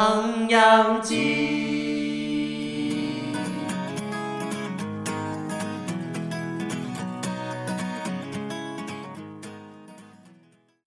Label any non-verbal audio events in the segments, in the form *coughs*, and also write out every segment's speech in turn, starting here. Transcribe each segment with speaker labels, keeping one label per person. Speaker 1: 唐扬鸡。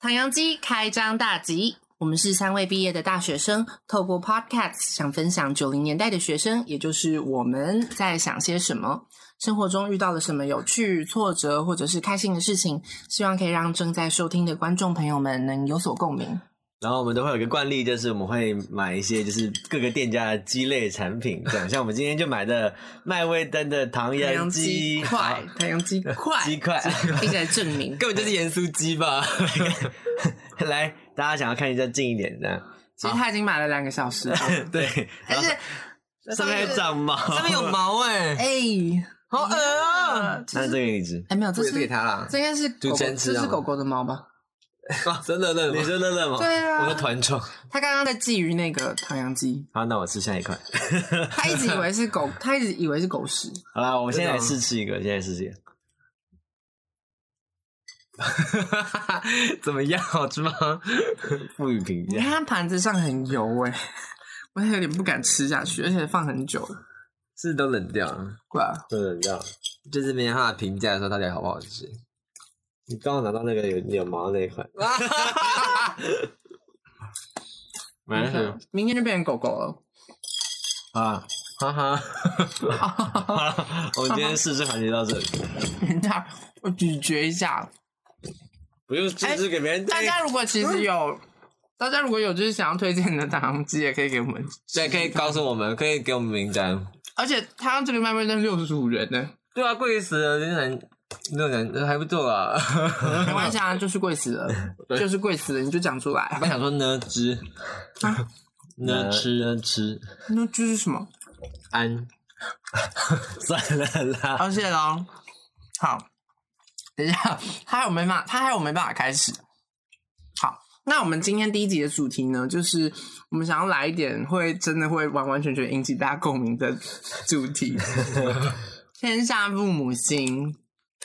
Speaker 2: 唐扬鸡开张大吉！我们是三位毕业的大学生，透过 Podcast 想分享九零年代的学生，也就是我们在想些什么，生活中遇到了什么有趣、挫折或者是开心的事情，希望可以让正在收听的观众朋友们能有所共鸣。
Speaker 3: 然后我们都会有一个惯例，就是我们会买一些就是各个店家的鸡类产品，这样像我们今天就买的麦味登的唐
Speaker 2: 唐
Speaker 3: 扬
Speaker 2: 扬
Speaker 3: 鸡
Speaker 2: 鸡块， *laughs* 唐扬鸡块，
Speaker 3: 鸡块，
Speaker 2: 一直来证
Speaker 1: *laughs*
Speaker 2: 明
Speaker 1: 根本就是盐酥鸡吧？
Speaker 3: *laughs* 来，大家想要看一下近一点的，
Speaker 2: 其实他已经买了两个小时了，
Speaker 3: 对，
Speaker 2: 但
Speaker 3: 然
Speaker 2: 是
Speaker 3: 后上面还有长毛，
Speaker 1: 上面有毛
Speaker 3: *laughs*
Speaker 1: 哎、
Speaker 2: 哎，好恶啊！
Speaker 3: 那这个你吃，
Speaker 2: 哎，没有，这
Speaker 1: 我也是给
Speaker 2: 是
Speaker 1: 他啦，
Speaker 2: 这应该是狗
Speaker 1: 就
Speaker 2: 狗，
Speaker 1: 先吃
Speaker 2: 这
Speaker 1: 啊
Speaker 2: 是狗狗的毛吧？
Speaker 3: 哦
Speaker 1: 真的认
Speaker 3: 你
Speaker 1: 吗？
Speaker 3: 说乐乐吗？
Speaker 2: 对啊，
Speaker 1: 我的团宠，
Speaker 2: 他刚刚在觊觎那个唐扬
Speaker 3: *laughs*
Speaker 2: 鸡，
Speaker 3: 好，那我吃下一块。
Speaker 2: 他一直以为是
Speaker 3: *laughs*
Speaker 2: 狗，他一直以为是狗食。
Speaker 3: 好啦，我们现在来试吃一个，现在试吃一个。
Speaker 1: *laughs* 怎么样？好吃吗？
Speaker 3: *laughs* 不予评
Speaker 2: 你
Speaker 3: 价
Speaker 2: 看。它盘子上很油哎、我有点不敢吃下去，而且放很久了，
Speaker 1: 是都冷掉了，
Speaker 2: 对吧？
Speaker 3: 真的这样，
Speaker 1: 就是没办法评价说到底好不好吃。
Speaker 3: 你刚刚拿到那个有有毛的那一块，没
Speaker 1: *laughs*
Speaker 3: 事
Speaker 2: 明天就变成狗狗了。 *laughs*
Speaker 3: 啊。
Speaker 1: 哈哈，
Speaker 3: 好了， *laughs* 我们今天试吃环节到这里，
Speaker 2: 等一下，我咀嚼一下。
Speaker 3: 不用试吃给别人
Speaker 2: 大
Speaker 3: 听
Speaker 2: 家如果其实有，大家如果有就是想要推荐的打红鸡，也可以给我们。
Speaker 1: 对，可以告诉我们，可以给我们名单。
Speaker 2: 而且他这个麦味登六十五人
Speaker 3: *laughs*
Speaker 2: 呢、
Speaker 1: 对啊，贵死了，真的很，真的很还不
Speaker 2: *laughs*
Speaker 1: 错啊。
Speaker 2: 没关系啊，就是贵死了，就是贵死了，你就讲出来。
Speaker 1: 我想说呢汁，
Speaker 2: 啊
Speaker 1: *laughs* 呢吃呢吃
Speaker 2: 那就是什么？
Speaker 1: 安，
Speaker 3: *laughs* 算了啦。
Speaker 2: 好，谢谢喽。好，等一下，他还有没办法，他还有没办法开始。好，那我们今天第一集的主题呢，就是我们想要来一点会真的会完完全全引起大家共鸣的主题。天下父母心，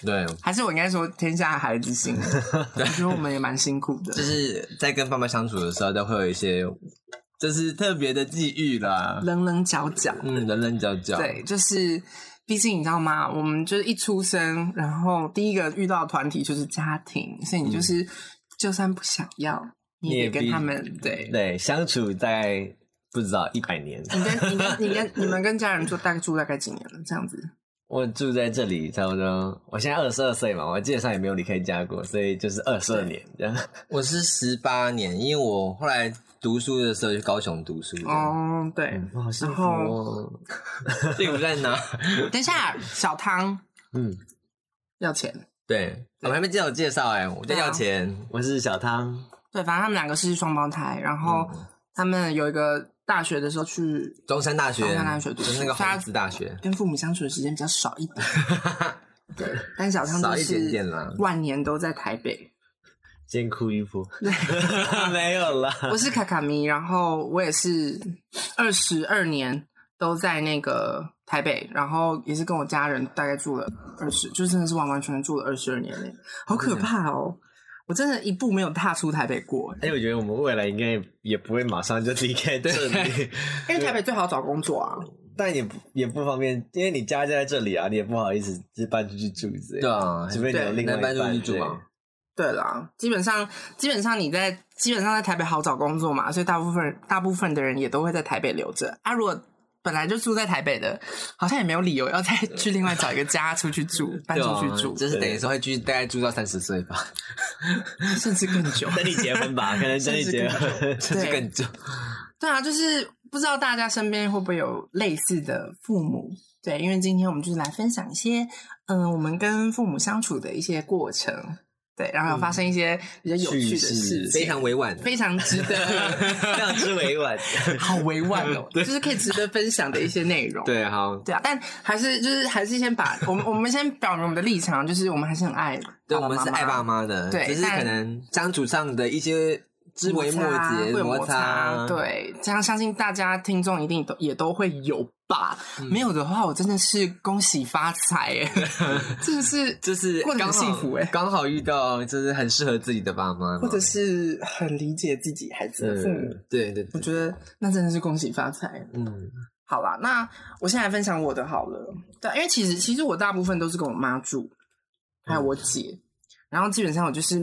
Speaker 1: 对，
Speaker 2: 还是我应该说天下孩子心？我觉得我们也蛮辛苦的
Speaker 1: 就。是在跟爸妈相处的时候，都会有一些，就是特别的际遇啦。
Speaker 2: 棱棱角角，
Speaker 1: 嗯，棱棱角角。
Speaker 2: 对，就是毕竟你知道吗？我们就是一出生，然后第一个遇到的团体就是家庭，所以你
Speaker 1: 嗯
Speaker 2: 就是、就算不想要，你
Speaker 3: 你
Speaker 2: 也
Speaker 3: 也
Speaker 2: 跟
Speaker 3: 必
Speaker 2: 他们对。
Speaker 3: 对，相处大概不知道一百年。
Speaker 2: 你跟你跟你跟你们跟家人住大概住大概几年了？这样
Speaker 1: *laughs*
Speaker 2: 子，
Speaker 3: 我住在这里差不多，我现在二十二岁嘛，我基本上也没有离开家过，所以就是二十二年这样。
Speaker 1: *laughs* 我是十八年，因为我后来读书的时候去高雄读书。哦，
Speaker 2: 哦，对。
Speaker 3: 哇，哎好幸
Speaker 2: 福哦
Speaker 3: 哦！
Speaker 1: 幸福在哪？嗯
Speaker 2: 等一下，小汤
Speaker 3: *laughs* 嗯，
Speaker 2: 要钱。
Speaker 1: 对，我们还没介绍介绍哎，我
Speaker 2: 啊
Speaker 1: 在要钱。
Speaker 3: 我是小汤，
Speaker 2: 对，反正他们两个是双胞胎，然后
Speaker 1: 嗯
Speaker 2: 他们有一个大学的时候去
Speaker 1: 中山大学，
Speaker 2: 中山大学读
Speaker 1: 就是那个
Speaker 2: 他
Speaker 1: 红子大学，
Speaker 2: 跟父母相处的时间比较少一
Speaker 1: *laughs*
Speaker 2: 点。对，但小汤
Speaker 1: 少
Speaker 2: 就
Speaker 1: 一点点
Speaker 2: 是
Speaker 1: 啦。
Speaker 2: 万年都在台北。 *laughs*
Speaker 3: 先哭一波。 *laughs* 没有啦， *laughs*
Speaker 2: 我是卡卡咪，然后我也是二十二年都在那个台北，然后也是跟我家人大概住了二十，就真的是完完全全住了二十二年嘞，好可怕哦！我真的一步没有踏出台北过，
Speaker 3: 哎，我觉得我们未来应该也不会马上就离开这里，
Speaker 2: 因为台北最好找工作啊。
Speaker 3: 但也不也不方便，因为你家就在这里啊，你也不好意思就搬出去住之类
Speaker 1: 对
Speaker 3: 的。
Speaker 1: 啊，
Speaker 3: 除非你有
Speaker 2: 对
Speaker 3: 另外
Speaker 1: 那
Speaker 3: 一
Speaker 1: 搬出
Speaker 3: 半
Speaker 1: 去住
Speaker 3: 对
Speaker 1: 嘛
Speaker 2: 对啦，基本上基本上你在基本上在台北好找工作嘛，所以大部分大部分的人也都会在台北留着啊。如果本来就住在台北的，好像也没有理由要再 *laughs* 去另外找一个家出去住，搬
Speaker 1: 对
Speaker 2: 出
Speaker 1: 啊
Speaker 2: 去住，
Speaker 1: 就是等于说会继续大概住到三十岁吧，
Speaker 2: 甚至更久。
Speaker 3: 等你结婚吧，可能等你结婚。 *laughs*
Speaker 1: 甚至更久。
Speaker 2: 对啊，就是不知道大家身边会不会有类似的父母？对，因为今天我们就是来分享一些，嗯、我们跟父母相处的一些过程，对，然后有发生一些比较有趣的
Speaker 1: 嗯
Speaker 3: 趣事
Speaker 2: 事情，
Speaker 1: 非常委婉，
Speaker 2: *laughs* 非常值得，
Speaker 1: *laughs*
Speaker 3: *laughs* 非常之委婉，
Speaker 2: *laughs* 好委婉哦，就是可以值得分享的一些内容。
Speaker 1: 对，好，
Speaker 2: *laughs* 对啊，但还是就是还是先把我们我们先表明我们的立场，就是我们还是很爱
Speaker 1: 对，
Speaker 2: 爸爸
Speaker 1: 我们是
Speaker 2: 妈妈
Speaker 1: 爱爸妈的，
Speaker 2: 对
Speaker 1: 只是
Speaker 2: 但
Speaker 1: 可能相处上的一些枝微末
Speaker 2: 摩擦
Speaker 1: 节
Speaker 2: 会有
Speaker 1: 摩
Speaker 2: 摩擦，对，这样相信大家听众一定都也都会有吧？
Speaker 1: 嗯
Speaker 2: 没有的话，我真的是恭喜发
Speaker 1: *laughs*
Speaker 2: 财哎，真的是
Speaker 1: 就是
Speaker 2: 过得
Speaker 1: 刚
Speaker 2: 很
Speaker 1: 好
Speaker 2: 幸福哎，
Speaker 1: 刚好遇到就是很适合自己的爸妈嘛，
Speaker 2: 或者是很理解自己孩子的父母，
Speaker 1: 嗯，对对
Speaker 2: 我
Speaker 1: 对，
Speaker 2: 觉得那真的是恭喜发财。
Speaker 1: 嗯。
Speaker 2: 好啦，那我现在分享我的好了。对，因为其实其实我大部分都是跟我妈住，还有我姐，然后基本上我就是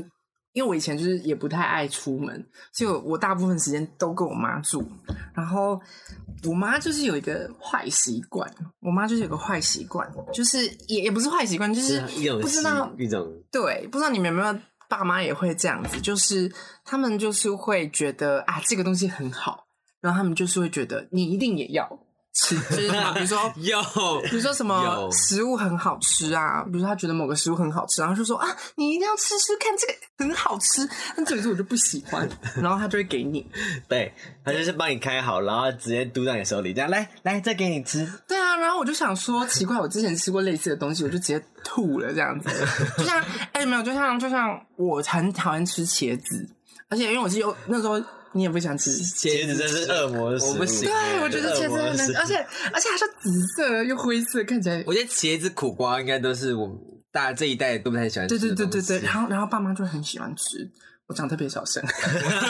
Speaker 2: 因为我以前就是也不太爱出门，所以我我大部分时间都跟我妈住。然后我妈就是有一个坏习惯，我妈就是有个坏习惯，就是也也不是坏习惯，就是
Speaker 3: 一种
Speaker 2: 不知道
Speaker 3: 习一种
Speaker 2: 对，不知道你们有没有爸妈也会这样子，就是他们就是会觉得啊这个东西很好，然后他们就是会觉得你一定也要吃，就是什么比如说
Speaker 1: 有
Speaker 2: 比如说什么
Speaker 1: 有
Speaker 2: 食物很好吃啊，比如说他觉得某个食物很好吃，然后就说啊，你一定要吃吃看，这个很好吃。但这里是我就不喜欢，然后他就会给你。
Speaker 3: 对，他就是帮你开好，然后直接嘟到你手里，这样来来再给你吃，
Speaker 2: 对啊，然后我就想说，奇怪，我之前吃过类似的东西，我就直接吐了这样子。就像，哎、没有，就像就像我很讨厌吃茄子，而且因为我是有那时候你也不喜欢吃
Speaker 3: 茄子真是恶魔的食物，
Speaker 1: 我不行啊
Speaker 2: 对，我觉得茄子很难，
Speaker 3: 恶魔的食物
Speaker 2: 而且而且它是紫色又灰色，看起来。
Speaker 1: 我觉得茄子、苦瓜应该都是我们大家这一代都不太喜欢
Speaker 2: 对
Speaker 1: 吃
Speaker 2: 对
Speaker 1: 的
Speaker 2: 对
Speaker 1: 东西。
Speaker 2: 对对，然后然后爸妈就很喜欢吃，我讲特别小声，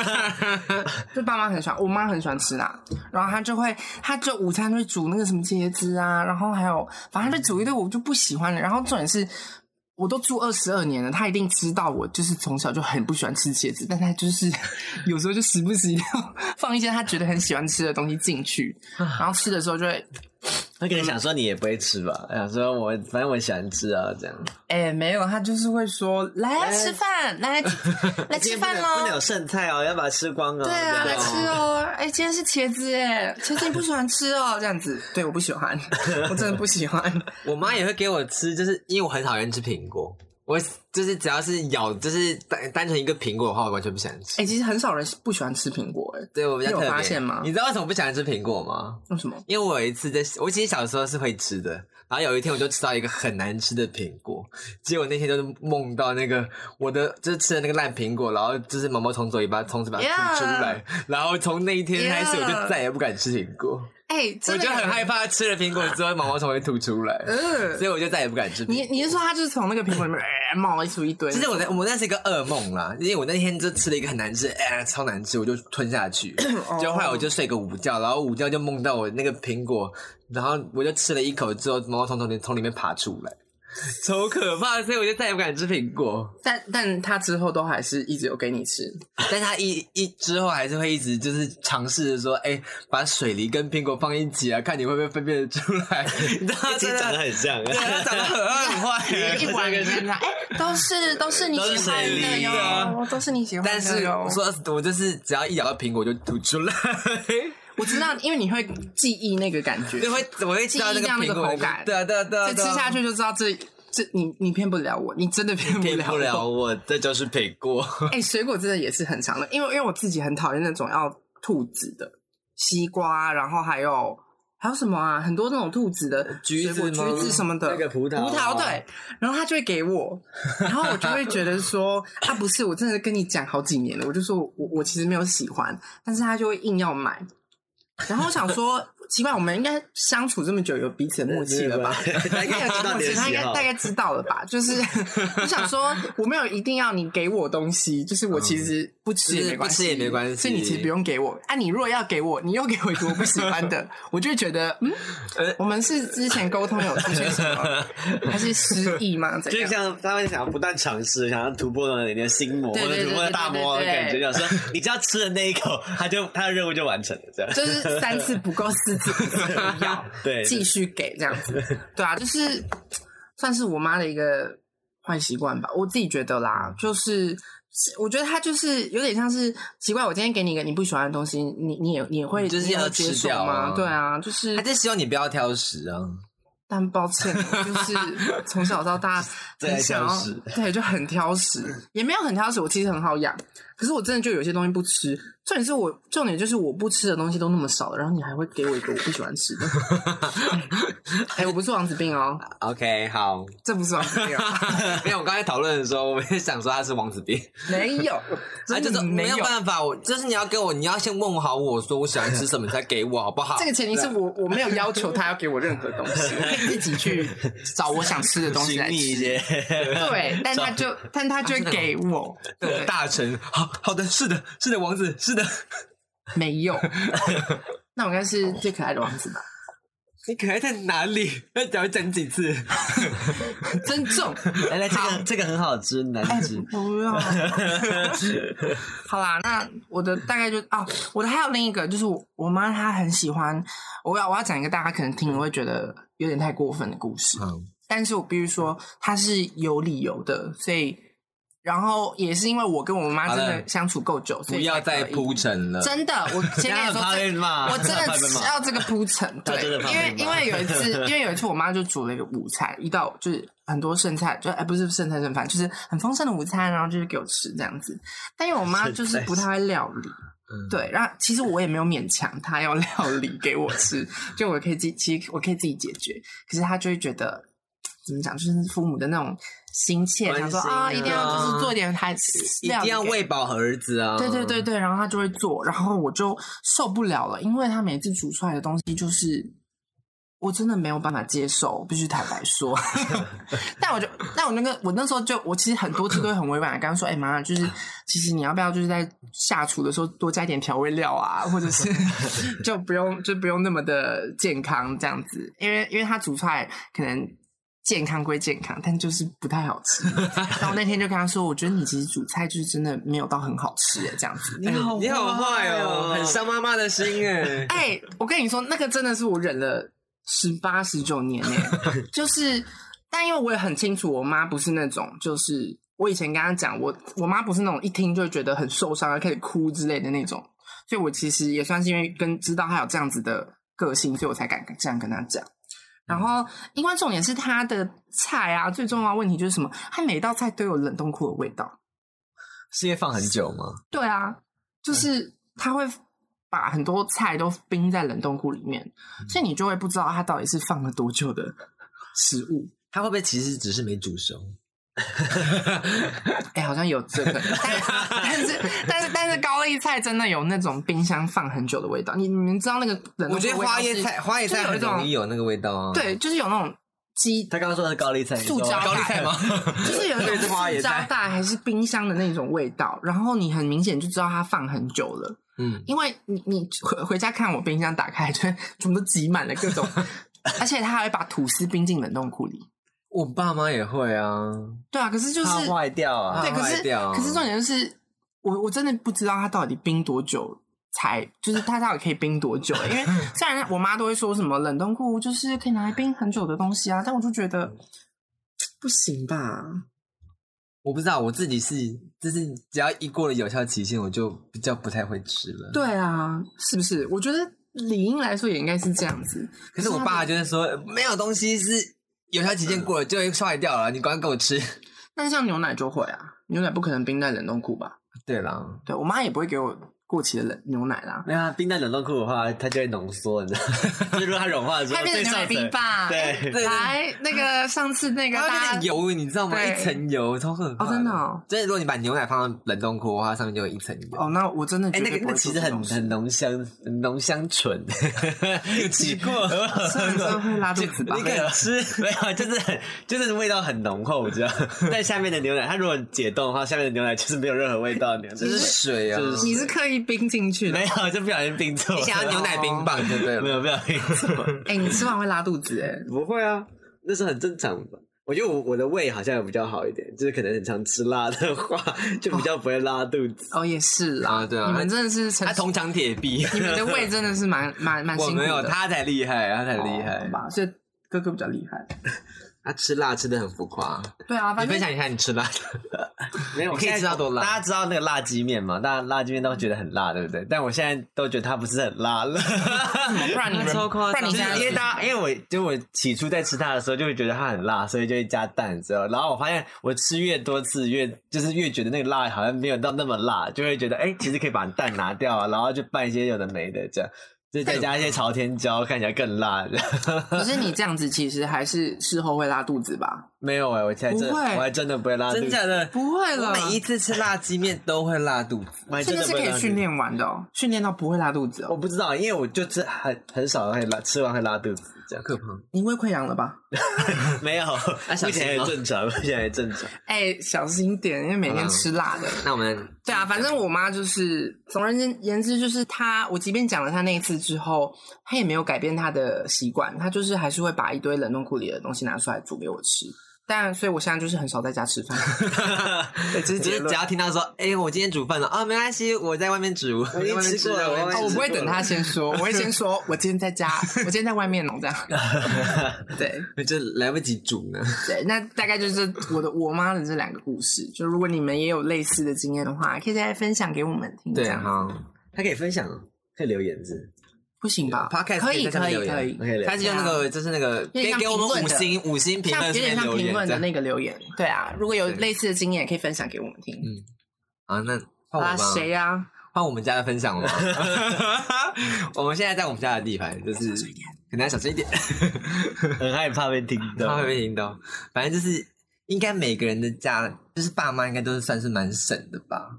Speaker 1: *laughs*
Speaker 2: 就爸妈很喜欢，我妈很喜欢吃啦，然后她就会，她就午餐就会煮那个什么茄子啊，然后还有反正就煮一堆我就不喜欢的，然后重点是。我都住二十二年了，她一定知道我就是从小就很不喜欢吃茄子，但她就是
Speaker 3: *laughs*
Speaker 2: 有时候就时不时要放一些她觉得很喜欢吃的东西进去，
Speaker 3: 啊
Speaker 2: 然后吃的时候就会
Speaker 3: 他可能想说你也不会吃吧，想说我反正我喜欢吃啊，这样
Speaker 2: 哎、没有，他就是会说来啊，吃饭，
Speaker 3: *laughs*
Speaker 2: 来来来吃饭
Speaker 3: 哎不能有
Speaker 2: 喽。
Speaker 3: 剩菜哦，要把它吃光哦，
Speaker 2: 对啊，
Speaker 3: 这
Speaker 2: 来
Speaker 3: 样
Speaker 2: 吃哦！哎、今天是茄子哎，茄子你不喜欢吃哦，这样子， *laughs* 对，我不喜欢，我真的不喜欢。
Speaker 1: 我妈也会给我吃，就是因为我很讨厌吃苹果，我就是只要是咬，就是单单纯一个苹果的话，我完全不想吃。
Speaker 2: 哎、其实很少人不喜欢吃苹果哎，
Speaker 1: 对我比较特
Speaker 2: 你
Speaker 1: 别。
Speaker 2: 有发现吗
Speaker 1: 你知道为什么不喜欢吃苹果吗？
Speaker 2: 为什么？
Speaker 1: 因为我有一次在，我其实小时候是会吃的，然后有一天我就吃到一个很难吃的苹果，结果那天就是梦到那个我的就是吃的那个烂苹果，然后就是毛毛从嘴巴从嘴巴吐出来然后从那一天开始
Speaker 2: Yeah
Speaker 1: 我就再也不敢吃苹果
Speaker 2: 哎、真
Speaker 1: 我
Speaker 2: 的有
Speaker 1: 就很害。怕吃了苹果之后毛毛虫会吐出来，
Speaker 2: 嗯
Speaker 1: 所以我就再也不敢吃苹果。
Speaker 2: 你你是说他就是从那个苹果里面、哎冒出一堆？
Speaker 1: 其实我那我那是一个噩梦啦，因为我那天就吃了一个很难吃，哎、超难吃，我就吞下
Speaker 3: *coughs*
Speaker 1: 去
Speaker 2: 哦。
Speaker 1: 就后来我就睡个午觉，然后午觉就梦到我那个苹果，然后我就吃了一口之后，毛毛虫从里从里面爬出
Speaker 3: *laughs*
Speaker 1: 来，超可怕，所以我就再也不敢吃苹果。
Speaker 2: 但但他之后都还是一直有给你吃。
Speaker 1: 但他一一之后还是会一直就是尝试着说，哎、把水梨跟苹果放一起啊，看你会不会分辨得出
Speaker 3: *laughs*
Speaker 1: 来。你知道他
Speaker 3: 其
Speaker 1: 真
Speaker 3: 实
Speaker 1: 的
Speaker 3: 长得很像，啊
Speaker 1: 对他长得很很
Speaker 3: *laughs*
Speaker 1: 坏。
Speaker 2: 一碗里面的，哎、都是都是你
Speaker 3: 都是
Speaker 2: 喜欢
Speaker 3: 水
Speaker 2: 的
Speaker 3: 梨
Speaker 2: 哟，
Speaker 1: 的
Speaker 2: 都是你喜欢
Speaker 1: 但
Speaker 2: 的
Speaker 1: 是
Speaker 2: 哟。
Speaker 1: 我说，我就是只要一咬到苹果就吐出来。
Speaker 2: 我知道，因为你会记忆那个感觉，
Speaker 1: 对，会我会知道那个苹果
Speaker 2: 记忆那样的口感
Speaker 1: 对啊对啊对啊，
Speaker 2: 这吃
Speaker 1: 对啊
Speaker 2: 下去就知道这这你你骗不了我，你真的骗不
Speaker 3: 骗
Speaker 2: 了
Speaker 3: 不
Speaker 2: 我。
Speaker 3: 了我，这就是苹
Speaker 1: *laughs*
Speaker 3: 果。
Speaker 2: 哎、水果真的也是很长的，因为因为我自己很讨厌那种要兔子的西瓜，然后还有还有什么啊，很多那种兔子的
Speaker 1: 橘子
Speaker 2: 水果
Speaker 1: 吗
Speaker 2: 橘子什么的，
Speaker 3: 那个葡萄啊
Speaker 2: 葡萄对，然后他就会给我，然后我就会觉得说啊，不是，我真的跟你讲好几年了，我就说我我我其实没有喜欢，但是他就会硬要买，然后我想说。奇怪，我们应该相处这么久，有彼此的默契
Speaker 1: *laughs*
Speaker 2: 了吧？
Speaker 3: 他
Speaker 2: 应
Speaker 3: 应
Speaker 2: 该
Speaker 3: 该
Speaker 2: 有
Speaker 3: 知道
Speaker 2: 默
Speaker 3: 哦你的
Speaker 2: 契，他应
Speaker 3: 喜
Speaker 2: 该
Speaker 3: 好
Speaker 2: 大。概知道了吧？就是我想说，我没有一定要你给我东西，就是我其实不吃也没关系，
Speaker 1: 就是不吃也没关系
Speaker 2: 所以你其实不用给我。啊，你如果要给我，你又给我一个我不喜欢的，我就会觉得，嗯，我们是之前沟通有出现什么，还是失忆吗？怎
Speaker 3: 就
Speaker 2: 样？
Speaker 3: 像他会想要不断尝试，想要突破你的心魔，或
Speaker 2: 对对
Speaker 3: 者
Speaker 2: 对
Speaker 3: 突破大魔王的感觉，
Speaker 2: 对
Speaker 3: 想说你只要吃了那一口，他就他的任务就完成了，这样。
Speaker 2: 就是三次不够，四次不要，
Speaker 3: 对
Speaker 2: 继续给这样
Speaker 1: *laughs*
Speaker 2: 子，对啊，就是算是我妈的一个坏习惯吧，我自己觉得啦，就是我觉得她就是有点像是奇怪，我今天给你一个你不喜欢的东西，你你也你会
Speaker 1: 就是
Speaker 2: 你也
Speaker 1: 要
Speaker 2: 会接
Speaker 1: 吃
Speaker 2: 受
Speaker 1: 掉
Speaker 2: 吗？
Speaker 1: 啊
Speaker 2: 对啊，就是
Speaker 1: 他就希望你不要挑食啊。
Speaker 2: 但抱歉，我
Speaker 1: *laughs*
Speaker 2: 就是从小到大
Speaker 3: 对
Speaker 2: 很想要
Speaker 3: 挑食，
Speaker 1: 嗯
Speaker 2: 对，就很挑食，也没有很挑食，我其实很好养，可是我真的就有些东西不吃，重点是我，重点就是我不吃的东西都那么少了，然后你还会给我一个我不喜欢吃
Speaker 1: *laughs*
Speaker 2: 的。哎、我不是王子病哦，
Speaker 1: OK，好， *laughs*
Speaker 2: 这不是王子病、哦，
Speaker 1: 因为我们刚才讨论的时候，我也想说他是王子病，
Speaker 2: 没有，
Speaker 1: 啊，
Speaker 2: *laughs* 真
Speaker 1: 就
Speaker 2: 的
Speaker 1: 是
Speaker 2: 没
Speaker 1: 没有办法，我就是你要给我，你要先问我好我说我喜欢吃什么，你再给我好不好？
Speaker 2: 这个前提
Speaker 1: 啊
Speaker 2: 是我我没有要求他要给我任何东西，我可以自己去找我想吃的东西
Speaker 3: 寻
Speaker 2: 来
Speaker 3: 觅一
Speaker 2: 吃。
Speaker 3: 些， *laughs*
Speaker 2: 对，但他就但他就
Speaker 1: *laughs*
Speaker 2: 会给我，
Speaker 1: 对
Speaker 2: 对，
Speaker 1: 大臣，好好的，是的，是的，王子，是的，
Speaker 2: 没有。 *laughs* 那我应该是最可爱的王子吧？
Speaker 1: 你可爱在哪里？要讲讲几
Speaker 3: *laughs*
Speaker 1: 次？
Speaker 2: 尊
Speaker 1: *laughs*
Speaker 2: 重，
Speaker 3: 哎，来这个这个很好吃，难吃。
Speaker 2: 不要。好啦，那我的大概就哦，我的还有另一个，就是我我妈她很喜欢，我要我要讲一个大家可能听了会觉得有点太过分的故事，
Speaker 1: 嗯，
Speaker 2: 但是我必须说它是有理由的，所以然后也是因为我跟我妈真
Speaker 1: 好
Speaker 2: 的
Speaker 1: 了
Speaker 2: 相处够久，所
Speaker 1: 不
Speaker 2: 以
Speaker 1: 要
Speaker 2: 才可
Speaker 1: 再
Speaker 2: 以
Speaker 1: 铺陈了。
Speaker 2: 真的，我先
Speaker 1: *laughs*
Speaker 2: 跟你说
Speaker 3: 他很怕被
Speaker 2: 这。
Speaker 1: 啊
Speaker 3: 骂
Speaker 2: 我真
Speaker 3: 他
Speaker 2: 的
Speaker 3: 很怕被骂
Speaker 2: 需要这个铺陈，对
Speaker 3: 他真的，怕
Speaker 2: 因为
Speaker 3: 被骂
Speaker 2: 因为有一次，因为有一次我妈就煮了一个午餐，一道就是很多剩菜，就哎不是剩菜剩饭，就是很丰盛的午餐，然后就是给我吃这样子。但因为我妈就是不太会料理，
Speaker 1: 嗯
Speaker 2: 对，然后其实我也没有勉强她要料理给我吃，就我可以自己，其实我可以自己解决，可是她就会觉得怎么讲，就是父母的那种心切，
Speaker 1: 关
Speaker 2: 想说
Speaker 1: 心
Speaker 2: 啊
Speaker 1: 啊
Speaker 2: 一定要就是做点还是
Speaker 1: 一定要
Speaker 2: 料理给
Speaker 1: 喂饱儿子啊！
Speaker 2: 对对对，对，然后他就会做，然后我就受不了了，因为他每次煮出来的东西就是我真的没有办法接受，必须坦白说。但我就，但我那个我那时候就，我其实很多次都会很委婉的跟他说，哎、妈，就是其实你要不要就是在下厨的时候多加一点调味料啊，或者是就不用就不用那么的健康这样子，因为因为他煮出来可能。健康归健康，但就是不太好吃。然后我那天就跟他说，我觉得你其实煮菜就是真的没有到很好吃耶，这样子。。
Speaker 1: 哎，你好坏哦，很伤妈妈的心哎
Speaker 2: 哎、我跟你说，那个真的是我忍了十八十九年呢、就是，但因为我也很清楚，我妈不是那种，就是我以前跟她讲，我我妈不是那种一听就觉得很受伤，而开始哭之类的那种，所以我其实也算是因为跟知道她有这样子的个性，所以我才敢这样跟她讲。然后，因为重点是她的菜啊，最重要的问题就是什么？她每道菜都有冷冻库的味道。
Speaker 3: 是因为放很久吗？
Speaker 2: 对啊，就是他会把很多菜都冰在冷冻库里面，
Speaker 1: 嗯
Speaker 2: 所以你就会不知道它到底是放了多久的
Speaker 1: *laughs*
Speaker 2: 食物。
Speaker 1: 他会不会其实只是没煮熟？
Speaker 2: 哎、好像有这个，但是但是但是但是高丽菜真的有那种冰箱放很久的味道。你你们知道那个冷冻库
Speaker 1: 我觉得
Speaker 2: 的味道
Speaker 1: 花椰
Speaker 2: 是
Speaker 1: 菜，花椰
Speaker 2: 就
Speaker 1: 菜
Speaker 2: 有
Speaker 1: 很
Speaker 2: 一种
Speaker 1: 容易有那个味道啊。，
Speaker 2: 对，就是有那种鸡，
Speaker 3: 他刚刚说的是高丽菜，你
Speaker 2: 塑
Speaker 3: 说
Speaker 2: 胶
Speaker 1: 高丽菜吗？
Speaker 2: 就是有一种
Speaker 1: 对是花椰
Speaker 2: 塑胶
Speaker 1: 菜
Speaker 2: 袋还是冰箱的那种味道，然后你很明显就知道它放很久了。
Speaker 1: 嗯，
Speaker 2: 因为你你回回家看我冰箱打开，就 *laughs* 会全部都挤满了各种，而且他还会把吐司冰进冷冻库里。
Speaker 1: 我爸妈也会啊。
Speaker 2: 对啊，可是就是
Speaker 3: 怕坏掉啊。
Speaker 2: 对，可
Speaker 1: 坏
Speaker 2: 是
Speaker 1: 掉
Speaker 2: 可是重点就是，我我真的不知道他到底冰多久才，就是他到底可以冰多久、因为虽然我妈都会说什么冷冻库就是可以拿来冰很久的东西啊，但我就觉得不行吧。
Speaker 1: 我不知道，我自己是就是只要一过了有效期限，我就比较不太会吃了。，
Speaker 2: 对啊，是不是？我觉得理应来说也应该是这样子。
Speaker 1: 可是我
Speaker 2: 他
Speaker 1: 爸就是说没有东西是有效期限过了就会坏掉了，你赶快给我吃。 *laughs*
Speaker 2: 但是像牛奶就会啊，牛奶不可能冰在冷冻库吧？
Speaker 1: 对啦，
Speaker 2: 对我妈也不会给我过期的冷牛奶啦，
Speaker 3: 没有啊，冰在冷冻库的话，它就会浓缩，你知道吗？ *laughs* 就是如果它融化的时候，
Speaker 2: 它变
Speaker 3: 最
Speaker 2: 成牛奶
Speaker 3: 上层
Speaker 2: 冰霸。
Speaker 3: 对，
Speaker 1: 对
Speaker 2: 来那 *laughs* 个上次那个
Speaker 1: 它会
Speaker 2: 大
Speaker 1: 变成
Speaker 2: 家
Speaker 1: 油，你知道吗？
Speaker 2: 啊对
Speaker 1: 一层油，超可怕
Speaker 2: 哦真的哦
Speaker 1: 就是如果你把牛奶放到冷冻库的话，上面就有一层油。
Speaker 2: 哦，那我真的觉
Speaker 3: 哎、
Speaker 2: 得
Speaker 3: 那个那其实很很浓香，很浓香 *laughs* 醇，有吃 *laughs* 过？
Speaker 2: 真的会拉肚子吧
Speaker 1: *laughs*
Speaker 3: 你？敢吃？没有，就是很就是味道很浓厚，我知道。但下面的牛奶，它如果解冻的话，下面的牛奶就是没有任何味道的牛奶，
Speaker 1: 这是水啊！
Speaker 3: 就是
Speaker 2: 你是刻意冰进去的
Speaker 3: *laughs* 没？有，就不小心冰错了。
Speaker 1: 你想要牛奶冰棒，对不对
Speaker 3: 哦没
Speaker 1: 了？
Speaker 3: 有，不小心冰错。
Speaker 2: 哎、你吃完会拉肚子哎、
Speaker 3: 不会啊，那是很正常的。我觉得我我的胃好像有比较好一点，就是可能很常吃辣的话，就比较不会拉肚子。
Speaker 2: 哦，也是啦，
Speaker 1: 啊对啊
Speaker 2: 你们真的是成
Speaker 1: 他，铜墙铁壁，
Speaker 2: 你们的胃真的是蛮蛮蛮
Speaker 1: 我
Speaker 3: *laughs*
Speaker 2: 辛苦的，哦
Speaker 1: 没有，他才厉害，他才厉害
Speaker 2: 好。吧？所以哥哥比较厉害。
Speaker 1: 他吃辣吃的很浮夸。
Speaker 2: 对啊，
Speaker 1: 你
Speaker 2: 反
Speaker 1: 分
Speaker 2: 正
Speaker 1: 享一下你吃辣的，
Speaker 3: *laughs* 没有，
Speaker 1: 你可以
Speaker 3: 我现在
Speaker 1: 知道多辣
Speaker 3: 大家知道那个辣鸡面嘛？大家辣鸡面都觉得很辣，对不对？但我现在都觉得它不是很辣
Speaker 1: *laughs*
Speaker 3: 了。
Speaker 2: 哦不然你们，
Speaker 1: 超夸
Speaker 2: 不
Speaker 1: 张
Speaker 2: 然你
Speaker 3: 就
Speaker 2: 现
Speaker 3: 是
Speaker 2: 在
Speaker 3: 因为大家，因为我就我起初在吃它的时候，就会觉得它很辣，所以就会加蛋，之后，然后我发现我吃越多次，越就是越觉得那个辣好像没有到那么辣，就会觉得哎、其实可以把蛋拿掉啊，然后就拌一些有的没的这样，就再加一些朝天椒，看起来更辣。这样 *laughs*
Speaker 2: 可是你这样子其实还是事后会拉肚子吧？
Speaker 3: 没有哎、我现在真
Speaker 2: 不
Speaker 3: 我
Speaker 2: 会
Speaker 3: 还真的不会辣肚子，
Speaker 1: 真假的？
Speaker 2: 不会
Speaker 1: 我
Speaker 2: 了，
Speaker 1: 每一次吃辣鸡面都会辣肚 *laughs* 子。
Speaker 3: 我还
Speaker 2: 这
Speaker 3: 真
Speaker 2: 个
Speaker 3: 的
Speaker 2: 是
Speaker 3: 不
Speaker 2: 可
Speaker 3: 会
Speaker 2: 以
Speaker 3: 拉肚子
Speaker 2: 训。练完的哦，训练到不会拉肚子
Speaker 3: 我
Speaker 2: 哦。
Speaker 3: 不知道，因为我就吃很很少会拉，吃完会拉肚子这样。
Speaker 1: 可怕！
Speaker 2: 你胃溃疡了吧？
Speaker 3: 没有，
Speaker 1: *laughs* 小心
Speaker 3: 目前
Speaker 1: 哦
Speaker 3: 还正常，目前还正常。
Speaker 2: 哎、小心点，因为每天吃辣的。
Speaker 1: *laughs* 那我
Speaker 3: *laughs*
Speaker 1: 们
Speaker 2: 对啊，反正我妈就是，总而言之就是她，我即便讲了她那一次之后，她也没有改变她的习惯，她就是还是会把一堆冷冻库里的东西拿出来煮给我吃。但所以我现在就是很少在家吃 *laughs* 饭，哦对，这是
Speaker 1: 只
Speaker 2: 结
Speaker 1: 是
Speaker 2: 论
Speaker 1: 只。要听到说， *laughs* 哎、我今天煮饭了啊，没关系，我在外面煮，我
Speaker 3: 已经吃过了
Speaker 1: 在外面
Speaker 2: 哦，
Speaker 1: 煮
Speaker 2: 我不会
Speaker 1: 吃过
Speaker 2: 等她先说，我会先 *laughs* 说，我今天在家，我今天在外面弄 *laughs* 这样。对，
Speaker 1: 了，这来不及煮呢。 *laughs*
Speaker 2: 对，那大概就是我的我妈的这两个故事。就如果你们也有类似的经验的话，可以再分享给我们听。这
Speaker 1: 对，啊
Speaker 2: 样
Speaker 1: 好，
Speaker 3: 嗯他可以分享，可以留言是
Speaker 2: 不行吧
Speaker 1: Podcast
Speaker 2: 可以
Speaker 1: 可以在下
Speaker 2: 可
Speaker 1: 面
Speaker 2: 以
Speaker 1: 留言
Speaker 2: 可以，啊
Speaker 3: 可以留
Speaker 1: 啊他
Speaker 3: 言。
Speaker 1: 是用那个，就是那个，
Speaker 2: 有点
Speaker 1: 给
Speaker 2: 像
Speaker 1: 给我们
Speaker 2: 评论
Speaker 1: 五
Speaker 2: 的
Speaker 1: 星五星评
Speaker 2: 像有
Speaker 1: 论，
Speaker 2: 点像
Speaker 1: 留
Speaker 2: 评
Speaker 1: 言
Speaker 2: 论
Speaker 1: 这
Speaker 2: 的
Speaker 1: 样
Speaker 2: 那个留言。对啊，如果有
Speaker 1: 对
Speaker 2: 类似的经验，也可以分享给我们听。
Speaker 1: 啊，那
Speaker 2: 好
Speaker 1: 换我
Speaker 2: 啦，
Speaker 1: 吧，
Speaker 2: 谁呀？
Speaker 1: 换我们家的分享了。我们现在在我们家的地盘，就是可能要小心一点，
Speaker 3: 很害怕被听
Speaker 1: 怕 *laughs*
Speaker 3: 到
Speaker 1: 会。被听到。反正就是应该每个人的家，就是爸妈应该都是算是蛮省的吧，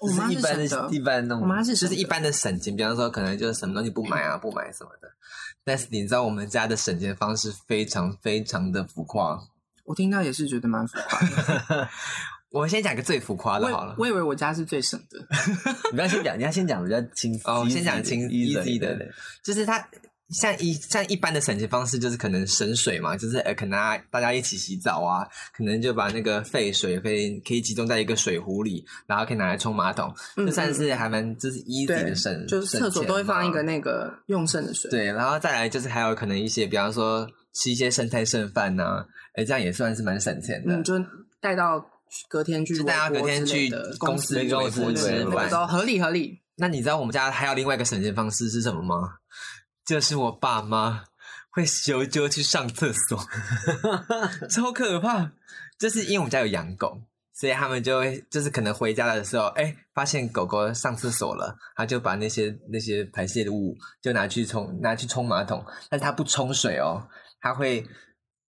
Speaker 2: 我
Speaker 3: 就
Speaker 2: 妈是
Speaker 3: 是一般
Speaker 2: 省
Speaker 3: 的，一
Speaker 2: 的，
Speaker 3: 般那
Speaker 2: 我妈
Speaker 3: 种。
Speaker 2: 是
Speaker 1: 就
Speaker 2: 省
Speaker 1: 是
Speaker 2: 的
Speaker 1: 一般的省钱，比方说可能就是什么东西不买啊，不买什么的。但是你知道我们家的省钱方式非常非常的浮夸。
Speaker 2: 我听到也是觉得蛮浮夸的。
Speaker 1: 我先讲个最浮夸的好
Speaker 2: 我
Speaker 1: 了，
Speaker 2: 我以为我家是最省
Speaker 1: *laughs*
Speaker 2: 的，
Speaker 3: 你要先讲，你要先讲比较轻
Speaker 1: 哦先讲轻 easy 的
Speaker 3: 对
Speaker 1: 就是它像一像一般的省钱方式，就是可能省水嘛，就是呃可能大家大家一起洗澡啊，可能就把那个废水费可以集中在一个水壶里，然后可以拿来冲马桶，
Speaker 2: 嗯
Speaker 1: 就算是还蛮就是 easy
Speaker 2: 对
Speaker 1: 的省，，
Speaker 2: 就是厕所
Speaker 1: 省钱
Speaker 2: 都会放一个
Speaker 1: 嘛
Speaker 2: 那个用剩的水。
Speaker 1: 对，然后再来就是还有可能一些，比方说吃一些剩菜剩饭呐、哎，这样也算是蛮省钱的。
Speaker 2: 嗯，就带到隔天去微
Speaker 1: 就
Speaker 2: 波之类的，
Speaker 1: 大家隔天去
Speaker 2: 公
Speaker 1: 司
Speaker 3: 公司
Speaker 1: 微波
Speaker 3: 公司
Speaker 1: 吃
Speaker 2: 那个
Speaker 1: 饭
Speaker 3: 对。
Speaker 2: 都合理合理。
Speaker 1: 那你知道我们家还有另外一个省钱方式是什么吗？就是我爸妈会修纠去上厕所， *laughs* 超可怕。就是因为我们家有养狗，所以他们就会就是可能回家的时候，哎、发现狗狗上厕所了，他就把那些那些排泄物就拿去冲拿去冲马桶，但是他不冲水哦，他会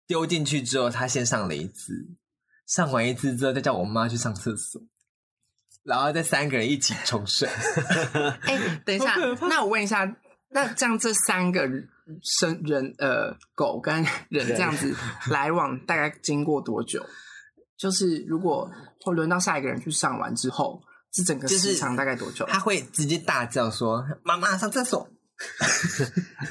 Speaker 1: 丢进去之后，他先上了一次，上完一次之后再叫我妈去上厕所。然后再三个人一起冲水，
Speaker 2: 哎、等一下，那我问一下，那这样这三个生人呃狗跟人这样子 *laughs* 来往，大概经过多久？就是如果会轮到下一个人去上完之后，这整个
Speaker 1: 就是
Speaker 2: 时长大概多久？
Speaker 1: 他会直接大叫说：“妈妈上厕所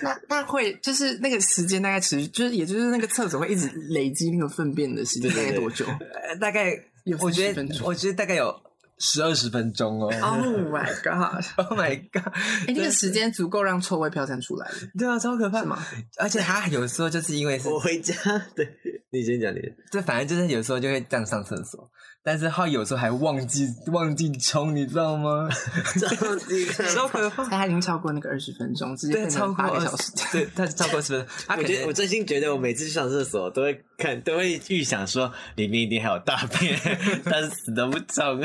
Speaker 2: 那那会就是那个时间大概持续，就是也就是那个厕所会一直累积那个粪便的时间大概多久！”
Speaker 1: 呃，大概
Speaker 2: 有
Speaker 1: 我觉
Speaker 2: 30分
Speaker 1: 得，
Speaker 2: 钟
Speaker 1: 我觉得大概有十二十分钟哦。
Speaker 2: *laughs* ？Oh my god！
Speaker 1: *laughs* Oh my god！
Speaker 2: 哎、那个时间足够让臭味飘散出来了，
Speaker 1: 对啊，超可怕
Speaker 2: 是吗？
Speaker 1: 而且他有时候就是因为是
Speaker 3: 我，回家， *laughs* 对你先讲你的。
Speaker 1: 就反正就是有时候就会这样上厕所，但是他有时候还忘记忘记冲，你知道吗？
Speaker 3: *laughs* 超级可
Speaker 1: 超可怕！
Speaker 2: 但它已经超过那个二十分钟，直接
Speaker 1: 对，
Speaker 2: 变
Speaker 1: 超
Speaker 2: 成
Speaker 1: 过
Speaker 2: 八个
Speaker 1: 20
Speaker 2: 小时。，
Speaker 1: 对，他超过十分钟。他
Speaker 3: 我
Speaker 1: 可
Speaker 3: 觉得我
Speaker 1: 能
Speaker 3: 真心觉得，我每次去上厕所都会看，都会预想说里面一定还有大便， *laughs* 但是死都不 *laughs* 冲。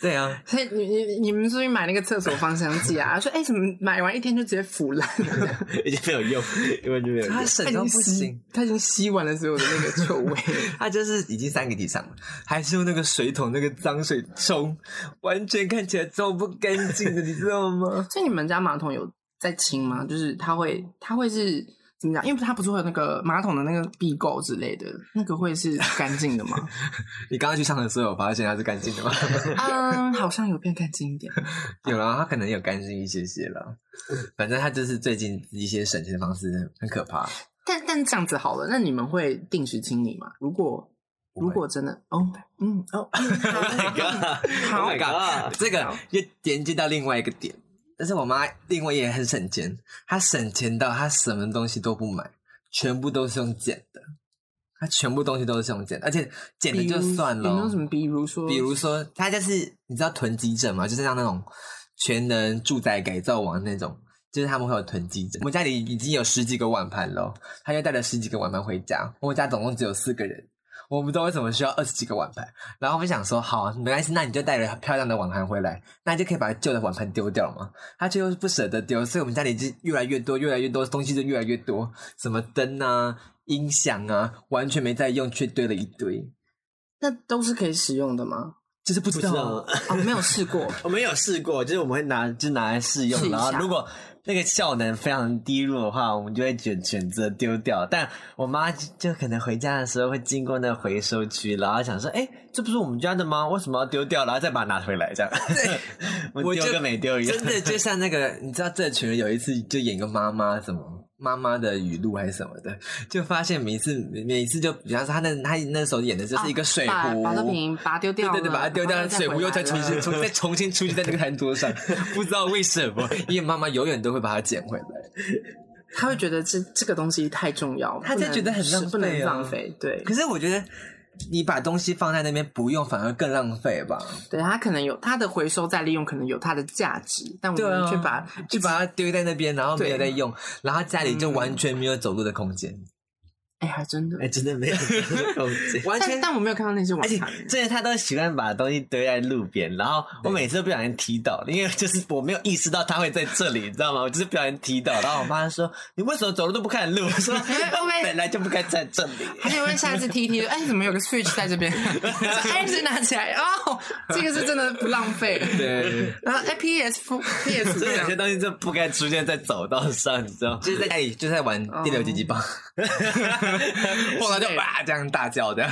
Speaker 1: 对啊，
Speaker 2: 所以你你你们是去买那个厕所芳香剂啊？ *laughs* 说哎、怎么买完一天就直接腐烂了？
Speaker 3: 已经没有用，根本就没有
Speaker 1: 他
Speaker 3: 用。
Speaker 1: 省
Speaker 2: 它已
Speaker 1: 到
Speaker 2: 经
Speaker 1: 不行
Speaker 2: 吸。，它已经吸完了所有的那个臭味。
Speaker 1: *laughs* 他就是已经三个地上了，还是用那个水桶那个脏水冲，完全看起来超不干净的，你知道吗？ *laughs*
Speaker 2: 所以你们家马桶有在清吗？就是它会它会是怎么讲？因为它不是会有那个马桶的那个壁垢之类的，那个会是干净的
Speaker 1: *laughs*
Speaker 2: 吗？
Speaker 1: 你刚刚去上的时候有发现它是干净的吗？ *laughs*
Speaker 2: 嗯，好像有变干净一点。
Speaker 1: 有啦，它可能有干净一些些了。反正它就是最近一些省钱方式很可怕。
Speaker 2: 但但这样子好了，那你们会定时清理吗？如果
Speaker 1: 会
Speaker 2: 如果真的哦，嗯哦，
Speaker 3: *laughs*
Speaker 2: 嗯
Speaker 3: Oh my god！
Speaker 2: 好
Speaker 3: Oh my god！
Speaker 1: 这个又连接到另外一个点，但是我妈另外也很省钱，她省钱到她什么东西都不买，全部都是用捡的。它全部东西都是用剪，而且剪的就算了
Speaker 2: 有没有
Speaker 1: 哦
Speaker 2: 什。么？比如说，
Speaker 1: 比如说，它就是你知道囤积症吗？就是像那种全能住宅改造王那种，就是他们会有囤积症。我家里已经有十几个碗盘了，他就带了十几个碗盘回家。我家总共只有四个人，我不知道为什么需要二十几个碗盘。然后我们想说，好，啊没关系，那你就带了漂亮的碗盘回来，那你就可以把旧的碗盘丢掉嘛。他就又不舍得丢，所以我们家里就越来越多，越来越多东西就越来越多，什么灯啊、音响啊，完全没在用，却堆了一堆。
Speaker 2: 那都是可以使用的吗？
Speaker 1: 就是不
Speaker 3: 不
Speaker 1: 知
Speaker 3: 知
Speaker 1: 道啊
Speaker 3: 道，
Speaker 2: 哦，没有试
Speaker 3: *laughs*
Speaker 2: 过。
Speaker 3: 我们有试过，就是我们会拿，就拿来试
Speaker 2: 试
Speaker 3: 用，
Speaker 2: 一
Speaker 3: 然后
Speaker 2: 下
Speaker 3: 如果那个效能非常低落的话，我们就会选选择丢掉。但我妈就就可能回家的时候会经过那个回收区，然后想说，哎、这不是我们家的吗？为什么要丢掉？然后再把它拿回来，这样，我们
Speaker 1: 我就
Speaker 3: 丢跟没丢一样
Speaker 1: 真。的就像那个，你知道这群人有一次就演个妈妈什么妈妈的语录还是什么的，就发现每一次每一次就，比方说他那他那时候演的就是一个水
Speaker 2: 把
Speaker 1: 壶，
Speaker 2: 把豆瓶把它丢掉了，
Speaker 1: 对对对，把它丢掉，
Speaker 2: 然后再
Speaker 1: 水壶又再
Speaker 2: 回来
Speaker 1: 重
Speaker 2: 了
Speaker 1: 新重再重新出现在那个餐桌上， *laughs* 不知道为什么，因为妈妈永远都会把它捡回来。
Speaker 2: 他会觉得这这个东西太重要，
Speaker 1: 他
Speaker 2: 不
Speaker 1: 就
Speaker 2: 能
Speaker 1: 觉得很浪
Speaker 2: 是不能
Speaker 1: 费啊
Speaker 2: 浪费。对
Speaker 1: 可，是我觉得你把东西放在那边不用，反而更浪费吧？
Speaker 2: 对，他可能有他的回收再利用，可能有它的价值，但我
Speaker 1: 对
Speaker 2: 们
Speaker 1: 啊，
Speaker 2: 却把
Speaker 1: 就把它丢在那边，然后没有
Speaker 2: 对
Speaker 1: 再用，然后家里就完全没有走路的空间，
Speaker 2: 哎，还真的
Speaker 3: 嗯哎、，真的没有空间。
Speaker 1: 完
Speaker 2: 但
Speaker 1: 全
Speaker 2: 但我没有看到那些网
Speaker 3: 而且
Speaker 2: 盘，欸
Speaker 3: 之前他都习惯把东西堆在路边，然后我每次都不小心踢到，因为就是我没有意识到他会在这里，你知道吗？我就是不小心踢到，然后我妈说：“你为什么走路都不看路？”我
Speaker 1: *laughs*
Speaker 3: 说：“本来就不该在这里。
Speaker 2: 还有人下次踢一踢，哎，怎么有个 switch 在这
Speaker 3: *laughs*
Speaker 2: 边？哎，直接拿起来，哦，这个是真的不浪费。
Speaker 1: 对。
Speaker 2: 然后哎，PS PS
Speaker 1: 啊
Speaker 3: 所
Speaker 2: 这
Speaker 3: 以有
Speaker 2: 样
Speaker 3: 些东西就不该出现在走道上，你知道吗？
Speaker 1: 就是在家里就在玩第六级级棒， *laughs* 碰到就哇这样大叫的，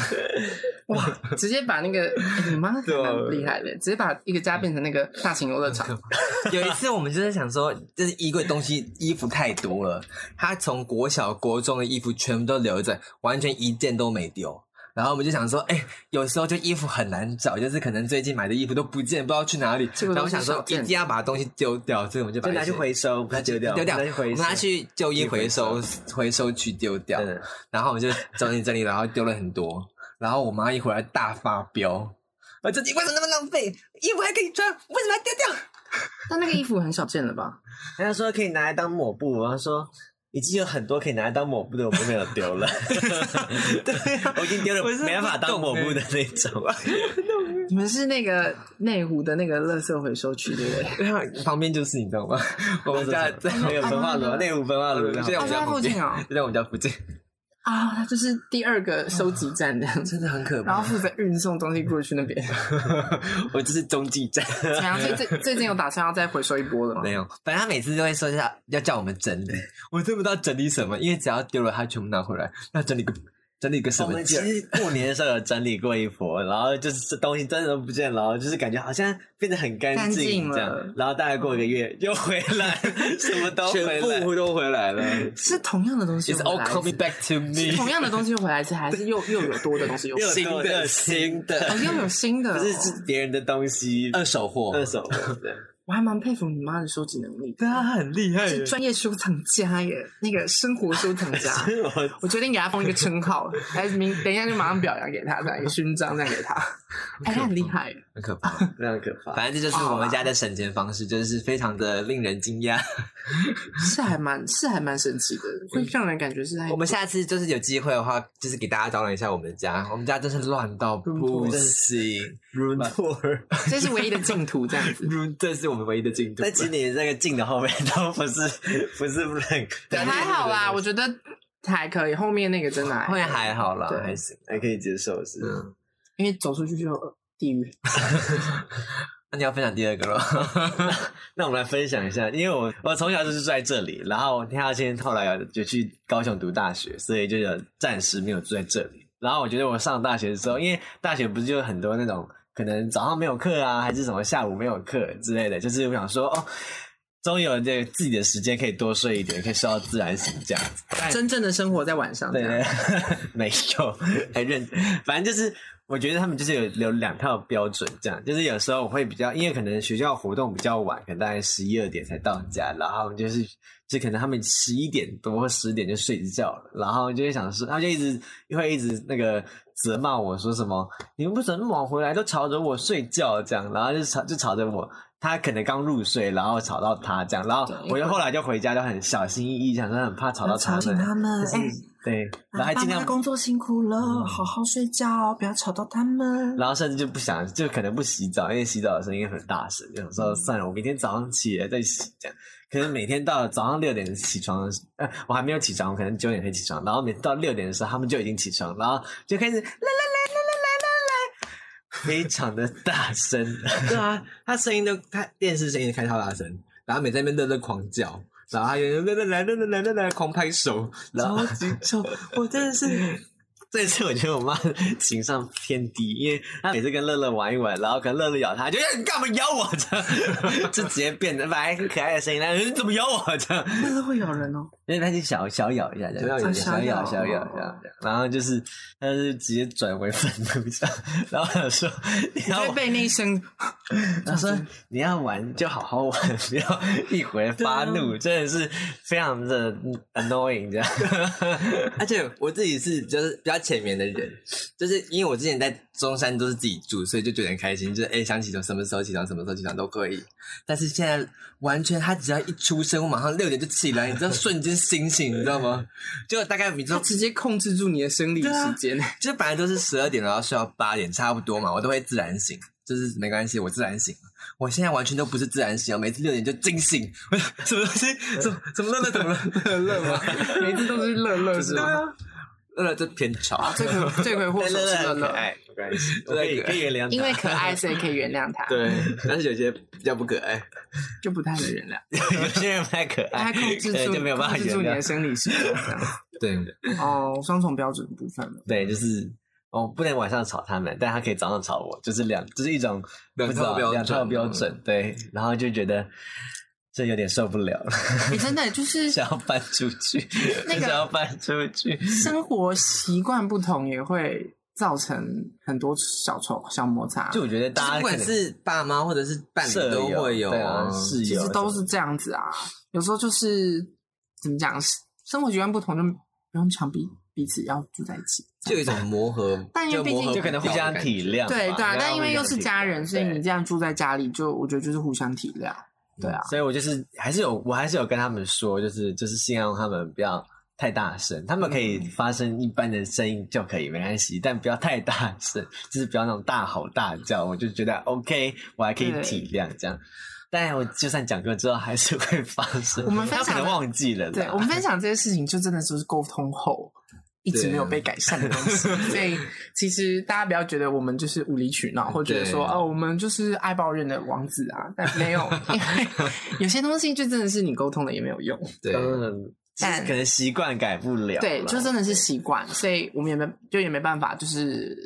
Speaker 2: 哇，直接把那个哎你妈还
Speaker 3: 对啊
Speaker 2: 蛮厉害的，直接把一个家变成那个大型游乐场。
Speaker 3: *laughs*
Speaker 1: 有一次我们就是想说，就是衣柜东西衣服太多了，他从国小国中的衣服全部都留着，完全一件都没丢。然后我们就想说，哎、有时候就衣服很难找，就是可能最近买的衣服都不见，不知道去哪里。
Speaker 2: 这个
Speaker 1: 然后
Speaker 2: 都
Speaker 1: 我
Speaker 2: 是
Speaker 1: 想
Speaker 2: 小
Speaker 1: 说，一
Speaker 2: 件
Speaker 1: 定要把东西丢掉，所以我们就把
Speaker 3: 就
Speaker 1: 一
Speaker 3: 拿去
Speaker 1: 些
Speaker 3: 回收，不是丢掉，
Speaker 1: 丢掉，
Speaker 3: 拿去
Speaker 1: 我
Speaker 3: 回
Speaker 1: 们
Speaker 3: 收，
Speaker 1: 拿去旧衣回收回收区丢掉。
Speaker 3: 嗯
Speaker 1: 然后我们就整理整理，然后丢了很多。然后我妈一回来大发飙，呃我自己为什么那么浪费？衣服还可以穿，为什么要丢掉？
Speaker 2: 但那个衣服很少见了吧？
Speaker 3: 人家说可以拿来当抹布，然后说已经有很多可以拿来当抹布的，我们没有丢了。 *laughs* 对、我已经丢了
Speaker 1: 啊我真的不欸
Speaker 3: 没办法当抹布的那种。
Speaker 2: 你们是那个内湖的那个垃圾回收区，对不对？
Speaker 1: 然后旁边就是你知道吗？我们家在
Speaker 3: 没有焚化炉，内湖焚化炉，
Speaker 1: 就在我们
Speaker 2: 哦在
Speaker 1: 家
Speaker 2: 附
Speaker 1: 附
Speaker 2: 近
Speaker 1: 近
Speaker 2: 哦
Speaker 1: 就在我们家附近，
Speaker 2: 啊，它就是第二个收集站这样子，
Speaker 1: 嗯真的很可
Speaker 2: 然后
Speaker 1: 怕。
Speaker 2: 负责运送东西过去那
Speaker 1: *laughs*
Speaker 2: 边。
Speaker 1: 我这是中继站。
Speaker 2: 怎样？最最最近有打算要再回收一波了吗？
Speaker 1: 没有，反正他每次都会说要要叫我们整理，我真不知道整理什么，因为只要丢了他全部拿回来，那整理个整理个什
Speaker 3: 我
Speaker 1: 么
Speaker 3: 们其
Speaker 1: 劲儿？
Speaker 3: 实过年的时候有整理过一波，然后就是这东西真的都不见了，然后就是感觉好像变得很干
Speaker 2: 干净了
Speaker 3: 这样，然后大概过一个月又回来，什么都回
Speaker 1: 全
Speaker 3: 来。
Speaker 1: 部都回来了。
Speaker 2: 是同样的东西
Speaker 1: It's
Speaker 2: 回
Speaker 1: all
Speaker 2: 来一
Speaker 1: coming
Speaker 2: 次，
Speaker 1: back to
Speaker 2: 是
Speaker 1: me。
Speaker 2: 同样的东西回来一次，还是又又有多的东西又
Speaker 1: *laughs*
Speaker 3: 又有
Speaker 1: 新的
Speaker 3: 又有新的
Speaker 1: *laughs*
Speaker 2: 哦，，又有新的哦
Speaker 3: 不。是是别人的东西，
Speaker 1: 二手货，
Speaker 3: 二手的。对
Speaker 2: 我还蛮佩服你妈的收集能力，
Speaker 1: 对啊，很厉害耶
Speaker 2: 是专业收藏家耶，那个生活收藏
Speaker 1: *laughs*
Speaker 2: 家。
Speaker 3: 我
Speaker 2: 我决定给他封一个称号，哎，明等一下就马上表扬给他，这样一个勋章这样给他。哎，他很厉害耶。
Speaker 1: 很可怕。
Speaker 3: 非常可怕。
Speaker 1: 反正这就是我们家的省钱方式，就是非常的令人惊讶。
Speaker 2: 是还蛮是还蛮神奇的，会让人感觉是在
Speaker 1: *laughs* 我们下次就是有机会的话，就是给大家招揽一下我们家，我们家真是乱到不 *laughs* 行，
Speaker 3: Room tour，
Speaker 2: 这是唯一的净土这样子。
Speaker 1: *laughs* 这是我们唯一的进度
Speaker 3: 但。其实你那个镜的后面都不是不是 blank，
Speaker 1: *laughs* 对
Speaker 2: 还好啦，我觉得还可以，后面那个真的
Speaker 1: *laughs* 后
Speaker 2: 还
Speaker 1: 面还好啦
Speaker 2: 对，
Speaker 1: 还行。
Speaker 3: 还可以接受是。
Speaker 1: 嗯，
Speaker 2: 因为走出去就地狱。
Speaker 1: 那你要分享第二个了，
Speaker 3: *laughs* 那我们来分享一下，因为我我从小就是住在这里，然后天浩先后来有就去高雄读大学，所以就有暂时没有住在这里。然后我觉得我上大学的时候，因为大学不是就有很多那种可能早上没有课啊，还是什么下午没有课之类的，就是我想说哦，终于有这个自己的时间可以多睡一点，可以睡到自然醒这样子。但
Speaker 2: 真正的生活在晚上这
Speaker 3: *laughs* 对
Speaker 2: 样，
Speaker 3: *laughs* 对，没有，还认，反正就是我觉得他们就是有有两套标准，这样就是有时候我会比较，因为可能学校活动比较晚，可能大概十一二点才到家，然后就是就可能他们十一点多或十点就睡觉了，然后就会想说，啊他就一直会一直那个责骂我说什么，你们不准那么晚回来，都吵着我睡觉这样，然后就吵就吵着我，他可能刚入睡，然后吵到他这样，然后我就后来就回家就很小心翼翼，想说很怕吵到他
Speaker 2: 吵醒
Speaker 3: 们，
Speaker 2: 他们，
Speaker 3: 就是
Speaker 2: 哎、
Speaker 3: 对，然后
Speaker 1: 啊
Speaker 3: 还
Speaker 2: 爸
Speaker 3: 尽量嗯
Speaker 2: 妈工作辛苦了，好好睡觉，哦不要吵到他们。
Speaker 3: 然后甚至就不想，就可能不洗澡，因为洗澡的声音很大声，就想
Speaker 1: 嗯
Speaker 3: 说算了，我明天早上起来再洗这样。可能每天到早上六点起床的时候，呃，我还没有起床，我可能九点才起床，然后每到六点的时候，他们就已经起床，然后就开始来来来来来来来，非常的大声， *laughs*
Speaker 1: 对啊，他声音都他电视声音开超大声，然后每在那边乐乐狂叫，然后他又乐乐来乐乐来乐乐来狂拍手，
Speaker 3: 然后
Speaker 1: 超级臭，我真的
Speaker 3: *laughs*
Speaker 1: 是
Speaker 3: 这次我觉得我妈情商偏低，因为她每次跟乐乐玩一玩，然后可能乐乐咬她，就、欸、你干嘛咬我这 *laughs* 样，就直接变得本来很可爱的声音，然后你怎么咬我这 *laughs* 样，
Speaker 2: 那个会咬人哦，
Speaker 3: 因为他就小小咬一下，这
Speaker 1: 小咬
Speaker 3: 样
Speaker 1: 一下
Speaker 3: 小咬小咬小
Speaker 2: 小咬
Speaker 3: 咬这样，然后就是他就直接转为愤怒这样， *laughs* 然后他说你要
Speaker 2: 会
Speaker 3: 玩
Speaker 2: 被那一声
Speaker 3: 他说你要玩就好好玩， *laughs* 不要一回
Speaker 1: 啊
Speaker 3: 发怒，真的是非常的 annoying 这样。 *laughs*
Speaker 1: 而且我自己是就是比较浅眠的人，就是因为我之前在中山都是自己住，所以就觉得很开心，就是哎、想起床什么时候起床，什么时候起床都可以。但是现在完全他只要一出生，我马上六点就起来，你知道瞬间清醒，你知道吗？就大概你知
Speaker 2: 它
Speaker 1: 道
Speaker 2: 直接控制住你的生理时间。
Speaker 1: 就本来都是十二点，然后睡到八点差不多嘛，我都会自然醒，就是没关系，我自然醒。我现在完全都不是自然醒，我每次六点就惊醒，我想什么东西，怎么怎么了呢？怎么了？
Speaker 2: 乐吗？ *laughs* 每次都是乐乐是
Speaker 1: 对
Speaker 2: 吗？啊
Speaker 1: 啊，饿了就偏吵，
Speaker 2: 罪魁罪魁祸首是乐
Speaker 3: 很可
Speaker 2: 乐，
Speaker 3: 爱，没关系，我可以
Speaker 1: 对
Speaker 3: 可以原谅他，
Speaker 2: 因为可爱所以可以原谅他，
Speaker 1: 对，但是有些比较不可爱。
Speaker 2: 就不太能原谅，
Speaker 3: 有些人太可爱，
Speaker 2: 他控制
Speaker 3: 对
Speaker 2: 住
Speaker 3: 就没有办法
Speaker 2: 控制
Speaker 3: 原
Speaker 2: 住你的
Speaker 3: 谅。
Speaker 2: 生理时间这样。
Speaker 1: 对，
Speaker 2: 哦，双重标准部分了。
Speaker 3: 对，就是我不能晚上吵他们，但他可以早上吵我，就是两，就是一种
Speaker 1: 两
Speaker 3: 不知
Speaker 1: 套
Speaker 3: 道
Speaker 1: 标
Speaker 3: 两套
Speaker 1: 准嗯
Speaker 3: 标准，对，然后就觉得这有点受不了 *laughs* 了，
Speaker 2: 你哎真的就是
Speaker 3: 想要搬出去，
Speaker 2: 那个
Speaker 3: 想要搬出
Speaker 2: *laughs*
Speaker 3: 去，
Speaker 2: 生活习惯不同，也会造成很多小仇、小摩擦。
Speaker 3: 就我觉得大
Speaker 1: 大
Speaker 3: 家
Speaker 1: 家不
Speaker 3: 可
Speaker 1: 管
Speaker 3: 能
Speaker 1: 是爸妈或者是伴侣
Speaker 3: 舍友
Speaker 1: 都会有
Speaker 3: 对啊，室友
Speaker 2: 其实都
Speaker 3: 什
Speaker 2: 是这样子啊。有时候就是怎么讲，生活习惯不同，就不用强逼彼此要住在一起。
Speaker 1: 就有一种
Speaker 2: *laughs*
Speaker 1: 磨合，
Speaker 2: 但因为
Speaker 1: 就
Speaker 2: 毕竟
Speaker 1: 磨合
Speaker 3: 么就可能互相
Speaker 1: 不掉的感觉
Speaker 3: 体谅吧，
Speaker 2: 对对啊，
Speaker 3: 大家
Speaker 2: 但因为
Speaker 3: 互
Speaker 2: 又
Speaker 3: 相
Speaker 2: 是
Speaker 3: 体
Speaker 2: 家
Speaker 3: 谅
Speaker 2: 人，所以
Speaker 3: 对
Speaker 2: 你这样住在家里，就我觉得就是互相体谅。对啊，
Speaker 3: 嗯所以我就是还是有，我还是有跟他们说，就是就是希望他们不要太大声，他们可以
Speaker 2: 嗯
Speaker 3: 发生一般的声音就可以，没关系，但不要太大声，就是不要那种大吼大叫，我就觉得 OK，我还可以
Speaker 2: 对
Speaker 3: 体谅这样。但我就算讲过之后，还是会发生。
Speaker 2: 我们分
Speaker 3: 他可
Speaker 2: 享
Speaker 3: 能
Speaker 2: 的
Speaker 3: 忘记了啦，
Speaker 2: 对我们分享这些事情，就真的就是沟通后一直没有被改善的东西。所以其实大家不要觉得我们就是无理取闹，或觉得说
Speaker 1: 对
Speaker 2: 哦，我们就是爱抱怨的王子啊，但没有，因为 *laughs* 有些东西就真的是你沟通了也没有用。
Speaker 1: 对，
Speaker 3: 嗯，就是
Speaker 2: 但
Speaker 3: 可能习惯改不了啦，
Speaker 2: 对，就真的是习惯，所以我们也没就也没办法，就是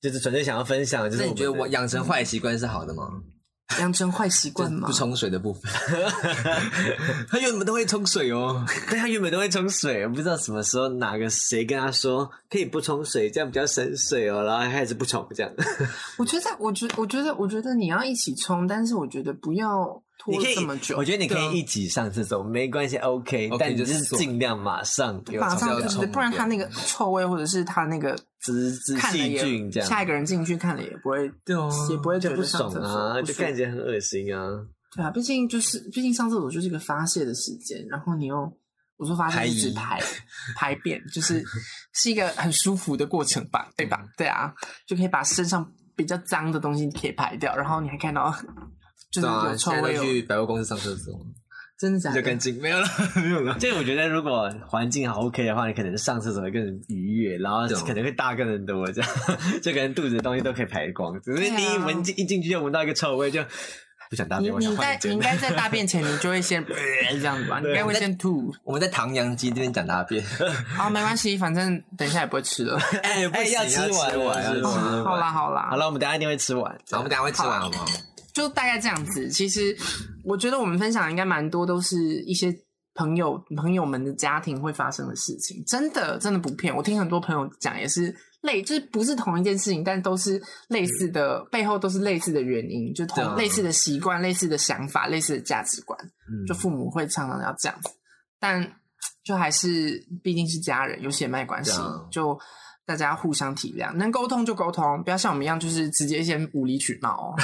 Speaker 3: 就是纯粹想要分享，就
Speaker 1: 那
Speaker 3: 是
Speaker 1: 你觉得
Speaker 3: 们
Speaker 2: 嗯
Speaker 3: 的
Speaker 1: 我养成坏习惯是好的吗？
Speaker 2: 养成坏习
Speaker 1: 就
Speaker 2: 惯嘛
Speaker 1: 不。冲水的部
Speaker 3: *laughs*
Speaker 1: 分，他原本都会冲水哦。
Speaker 3: 对他原本都会冲水，不知道什么时候哪个谁跟他说可以不冲水，这样比较省水哦，然后他还是不冲这样。
Speaker 2: 我觉得，我觉我觉得，我觉得你要一起冲，但是我觉得不要拖
Speaker 3: 你可以
Speaker 2: 这么久。
Speaker 3: 我觉得你可
Speaker 2: 对啊
Speaker 3: 以一起上厕所，没关系，OK，,
Speaker 1: OK，
Speaker 3: 但你
Speaker 1: 就
Speaker 3: 就是是尽量马上有
Speaker 2: 马上
Speaker 1: 要
Speaker 2: 对
Speaker 1: 冲
Speaker 2: 对，不然他那个臭味或者是他那个
Speaker 3: 直直
Speaker 2: 看了
Speaker 3: 细菌这
Speaker 2: 也，
Speaker 3: 样，
Speaker 2: 下一个人进去看了也不会，
Speaker 1: 对哦
Speaker 2: 也不会觉
Speaker 3: 就
Speaker 2: 得
Speaker 3: 不
Speaker 2: 上
Speaker 3: 爽
Speaker 2: 厕所
Speaker 3: 啊，
Speaker 2: 不
Speaker 3: 就
Speaker 2: 舒
Speaker 3: 看
Speaker 2: 服。
Speaker 3: 起来很恶心啊。
Speaker 2: 对啊，毕竟就是毕竟上厕所就是一个发泄的时间，然后你又我说发泄是指
Speaker 1: *laughs*
Speaker 2: 排排便，就是是一个很舒服的过程吧，对
Speaker 1: 嗯
Speaker 2: 吧？对啊，就可以把身上比较脏的东西给排掉，然后你还看到就是
Speaker 1: 对
Speaker 2: 有
Speaker 1: 啊，
Speaker 2: 臭
Speaker 1: 现在
Speaker 2: 味
Speaker 1: 都
Speaker 2: 有，
Speaker 1: 去百货公司上厕所，
Speaker 2: 真的假
Speaker 1: 比
Speaker 2: 的
Speaker 1: 较？干净，没有了，没有了。
Speaker 3: 这我觉得如果环境好 OK 的话，你可能上厕所会更愉悦，然后
Speaker 1: 懂
Speaker 3: 可能会大更人多这样，就可能肚子的东西都可以排光，只
Speaker 2: 对
Speaker 3: 是
Speaker 2: 啊
Speaker 3: 你一闻进一进去就闻到一个臭味就。不想大
Speaker 2: 你
Speaker 3: 便，我想
Speaker 2: 你
Speaker 3: 换
Speaker 2: 在
Speaker 3: 一
Speaker 2: 你
Speaker 3: 间
Speaker 2: 应。该在大便前，你就会先 *laughs* 呃这样子吧，你应该会先吐。
Speaker 1: 我们在唐扬鸡这边讲大便，
Speaker 2: 好，没关系，反正等一下也不会吃了。
Speaker 1: *laughs* 哎，不
Speaker 3: 哎
Speaker 1: 行
Speaker 3: 要吃完
Speaker 1: 完，要
Speaker 3: 要吃
Speaker 1: 吃完。
Speaker 3: 完
Speaker 2: *laughs*
Speaker 3: 嗯
Speaker 2: 好啦好啦，
Speaker 3: 好了，我们等一下一定会吃完。
Speaker 1: 然后我们等一下会吃完，好不好？
Speaker 2: 就大概这样子。其实我觉得我们分享应该蛮多，都是一些朋友朋友们的家庭会发生的事情，真的真的不骗。我听很多朋友讲，也是类，就是不是同一件事情，但都是类似的，背后都是类似的原因，就同
Speaker 1: 对啊
Speaker 2: 类似的习惯、类似的想法、类似的价值观，
Speaker 1: 嗯
Speaker 2: 就父母会常常要这样子，但就还是毕竟是家人，有血脉关系
Speaker 1: 对啊，
Speaker 2: 就大家互相体谅，能沟通就沟通，不要像我们一样就是直接先无理取闹哦。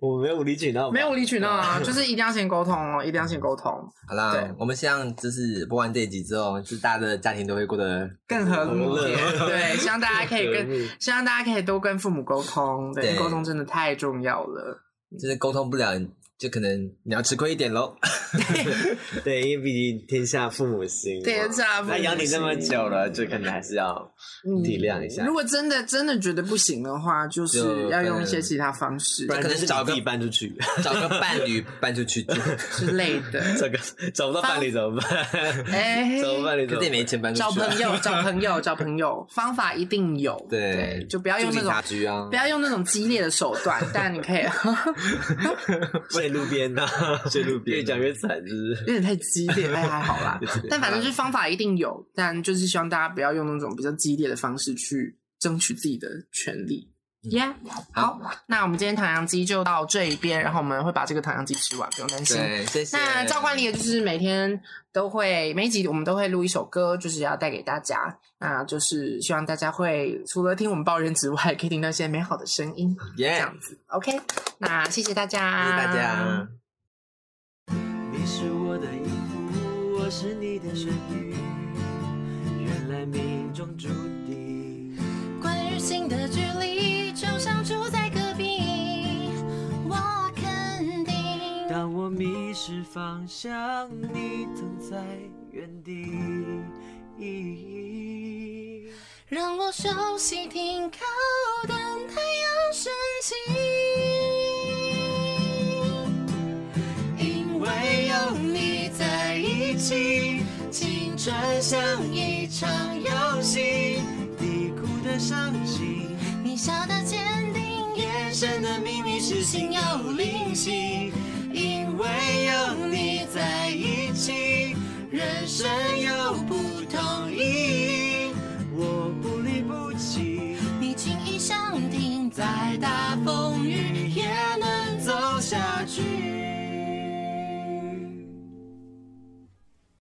Speaker 3: 我没有无理取闹吧，
Speaker 2: 没有无理取闹
Speaker 3: *laughs*
Speaker 2: 啊，就是一定要先沟通哦，一定要先沟通，
Speaker 1: 好
Speaker 2: 对
Speaker 1: 啦，我们希望就是播完这一集之后，就是大家的家庭都会过得
Speaker 2: 更和睦一 *laughs* 点。
Speaker 3: 和乐
Speaker 2: 对，希望大家可以
Speaker 3: *laughs*
Speaker 2: 跟，希望大家可以多跟父母沟通，对，
Speaker 1: 对
Speaker 2: 沟通真的太重要了。
Speaker 1: 就是沟通不了，就可能你要吃亏一
Speaker 2: *laughs*
Speaker 1: 点喽。
Speaker 3: 对，因为毕竟天下父母心，
Speaker 2: 天下父母
Speaker 3: 那
Speaker 2: 心
Speaker 3: 养你那么久了，就可能还是要
Speaker 2: 嗯
Speaker 3: 体谅一下
Speaker 2: 如。果真的真的觉得不行的话，就是
Speaker 1: 就
Speaker 2: 要用一些其他方式
Speaker 3: 不然
Speaker 1: 可能
Speaker 3: 就是
Speaker 1: 找
Speaker 3: 找
Speaker 1: 个
Speaker 3: 自己搬出去，
Speaker 1: 找个伴侣搬出去住，可
Speaker 2: 之类
Speaker 3: *laughs*
Speaker 2: 的。
Speaker 3: 找个找不到伴侣怎么办？
Speaker 2: 哎，
Speaker 3: 找不到伴侣
Speaker 1: 是
Speaker 3: 怎么
Speaker 1: 也
Speaker 3: 办？
Speaker 1: 没钱搬出
Speaker 2: 找
Speaker 1: 去啊。
Speaker 2: 朋
Speaker 3: *laughs*
Speaker 2: 友，找朋友，找朋友，方法一定有。
Speaker 1: 对
Speaker 2: 就不要用那
Speaker 1: 住
Speaker 2: 种
Speaker 1: 警察局啊
Speaker 2: 不，要用那种激烈的手段，但你可以
Speaker 3: 睡路边 *laughs* 呐，睡路边，越讲越惨，就是
Speaker 2: 有点太激烈，哎，还好
Speaker 1: *laughs*
Speaker 2: 啦。但反正就是方法一定有，但就是希望大家不要用那种比较激烈的方式去争取自己的权利。Yeah，好，
Speaker 1: 嗯
Speaker 2: 那我们今天唐扬鸡就到这边，然后我们会把这个唐扬鸡吃完，不用担心。
Speaker 1: 对，谢谢。
Speaker 2: 那照惯例，也就是每天都会每一集我们都会录一首歌，就是要带给大家。那就是希望大家会除了听我们抱怨之外，可以听到一些美好的声音，这
Speaker 1: 耶，
Speaker 2: 样子。OK，那谢谢大
Speaker 1: 谢
Speaker 2: 家，
Speaker 1: 谢大家。
Speaker 4: 你是我的衣服，我是你的身躯，原来命中注定。
Speaker 5: 关于心的距离，就像住在隔壁，我肯定。
Speaker 4: 当我迷失方向，你曾在原地。
Speaker 5: 让我休息停靠，等太阳升起。因为有你在一起，青春像一场游戏，
Speaker 4: 你哭的伤心，
Speaker 5: 你笑的坚定，眼神的秘密是心有灵犀。因为有你在一起，人生有不同意义。
Speaker 4: 我不离不弃。
Speaker 5: 你轻易相挺，在大风雨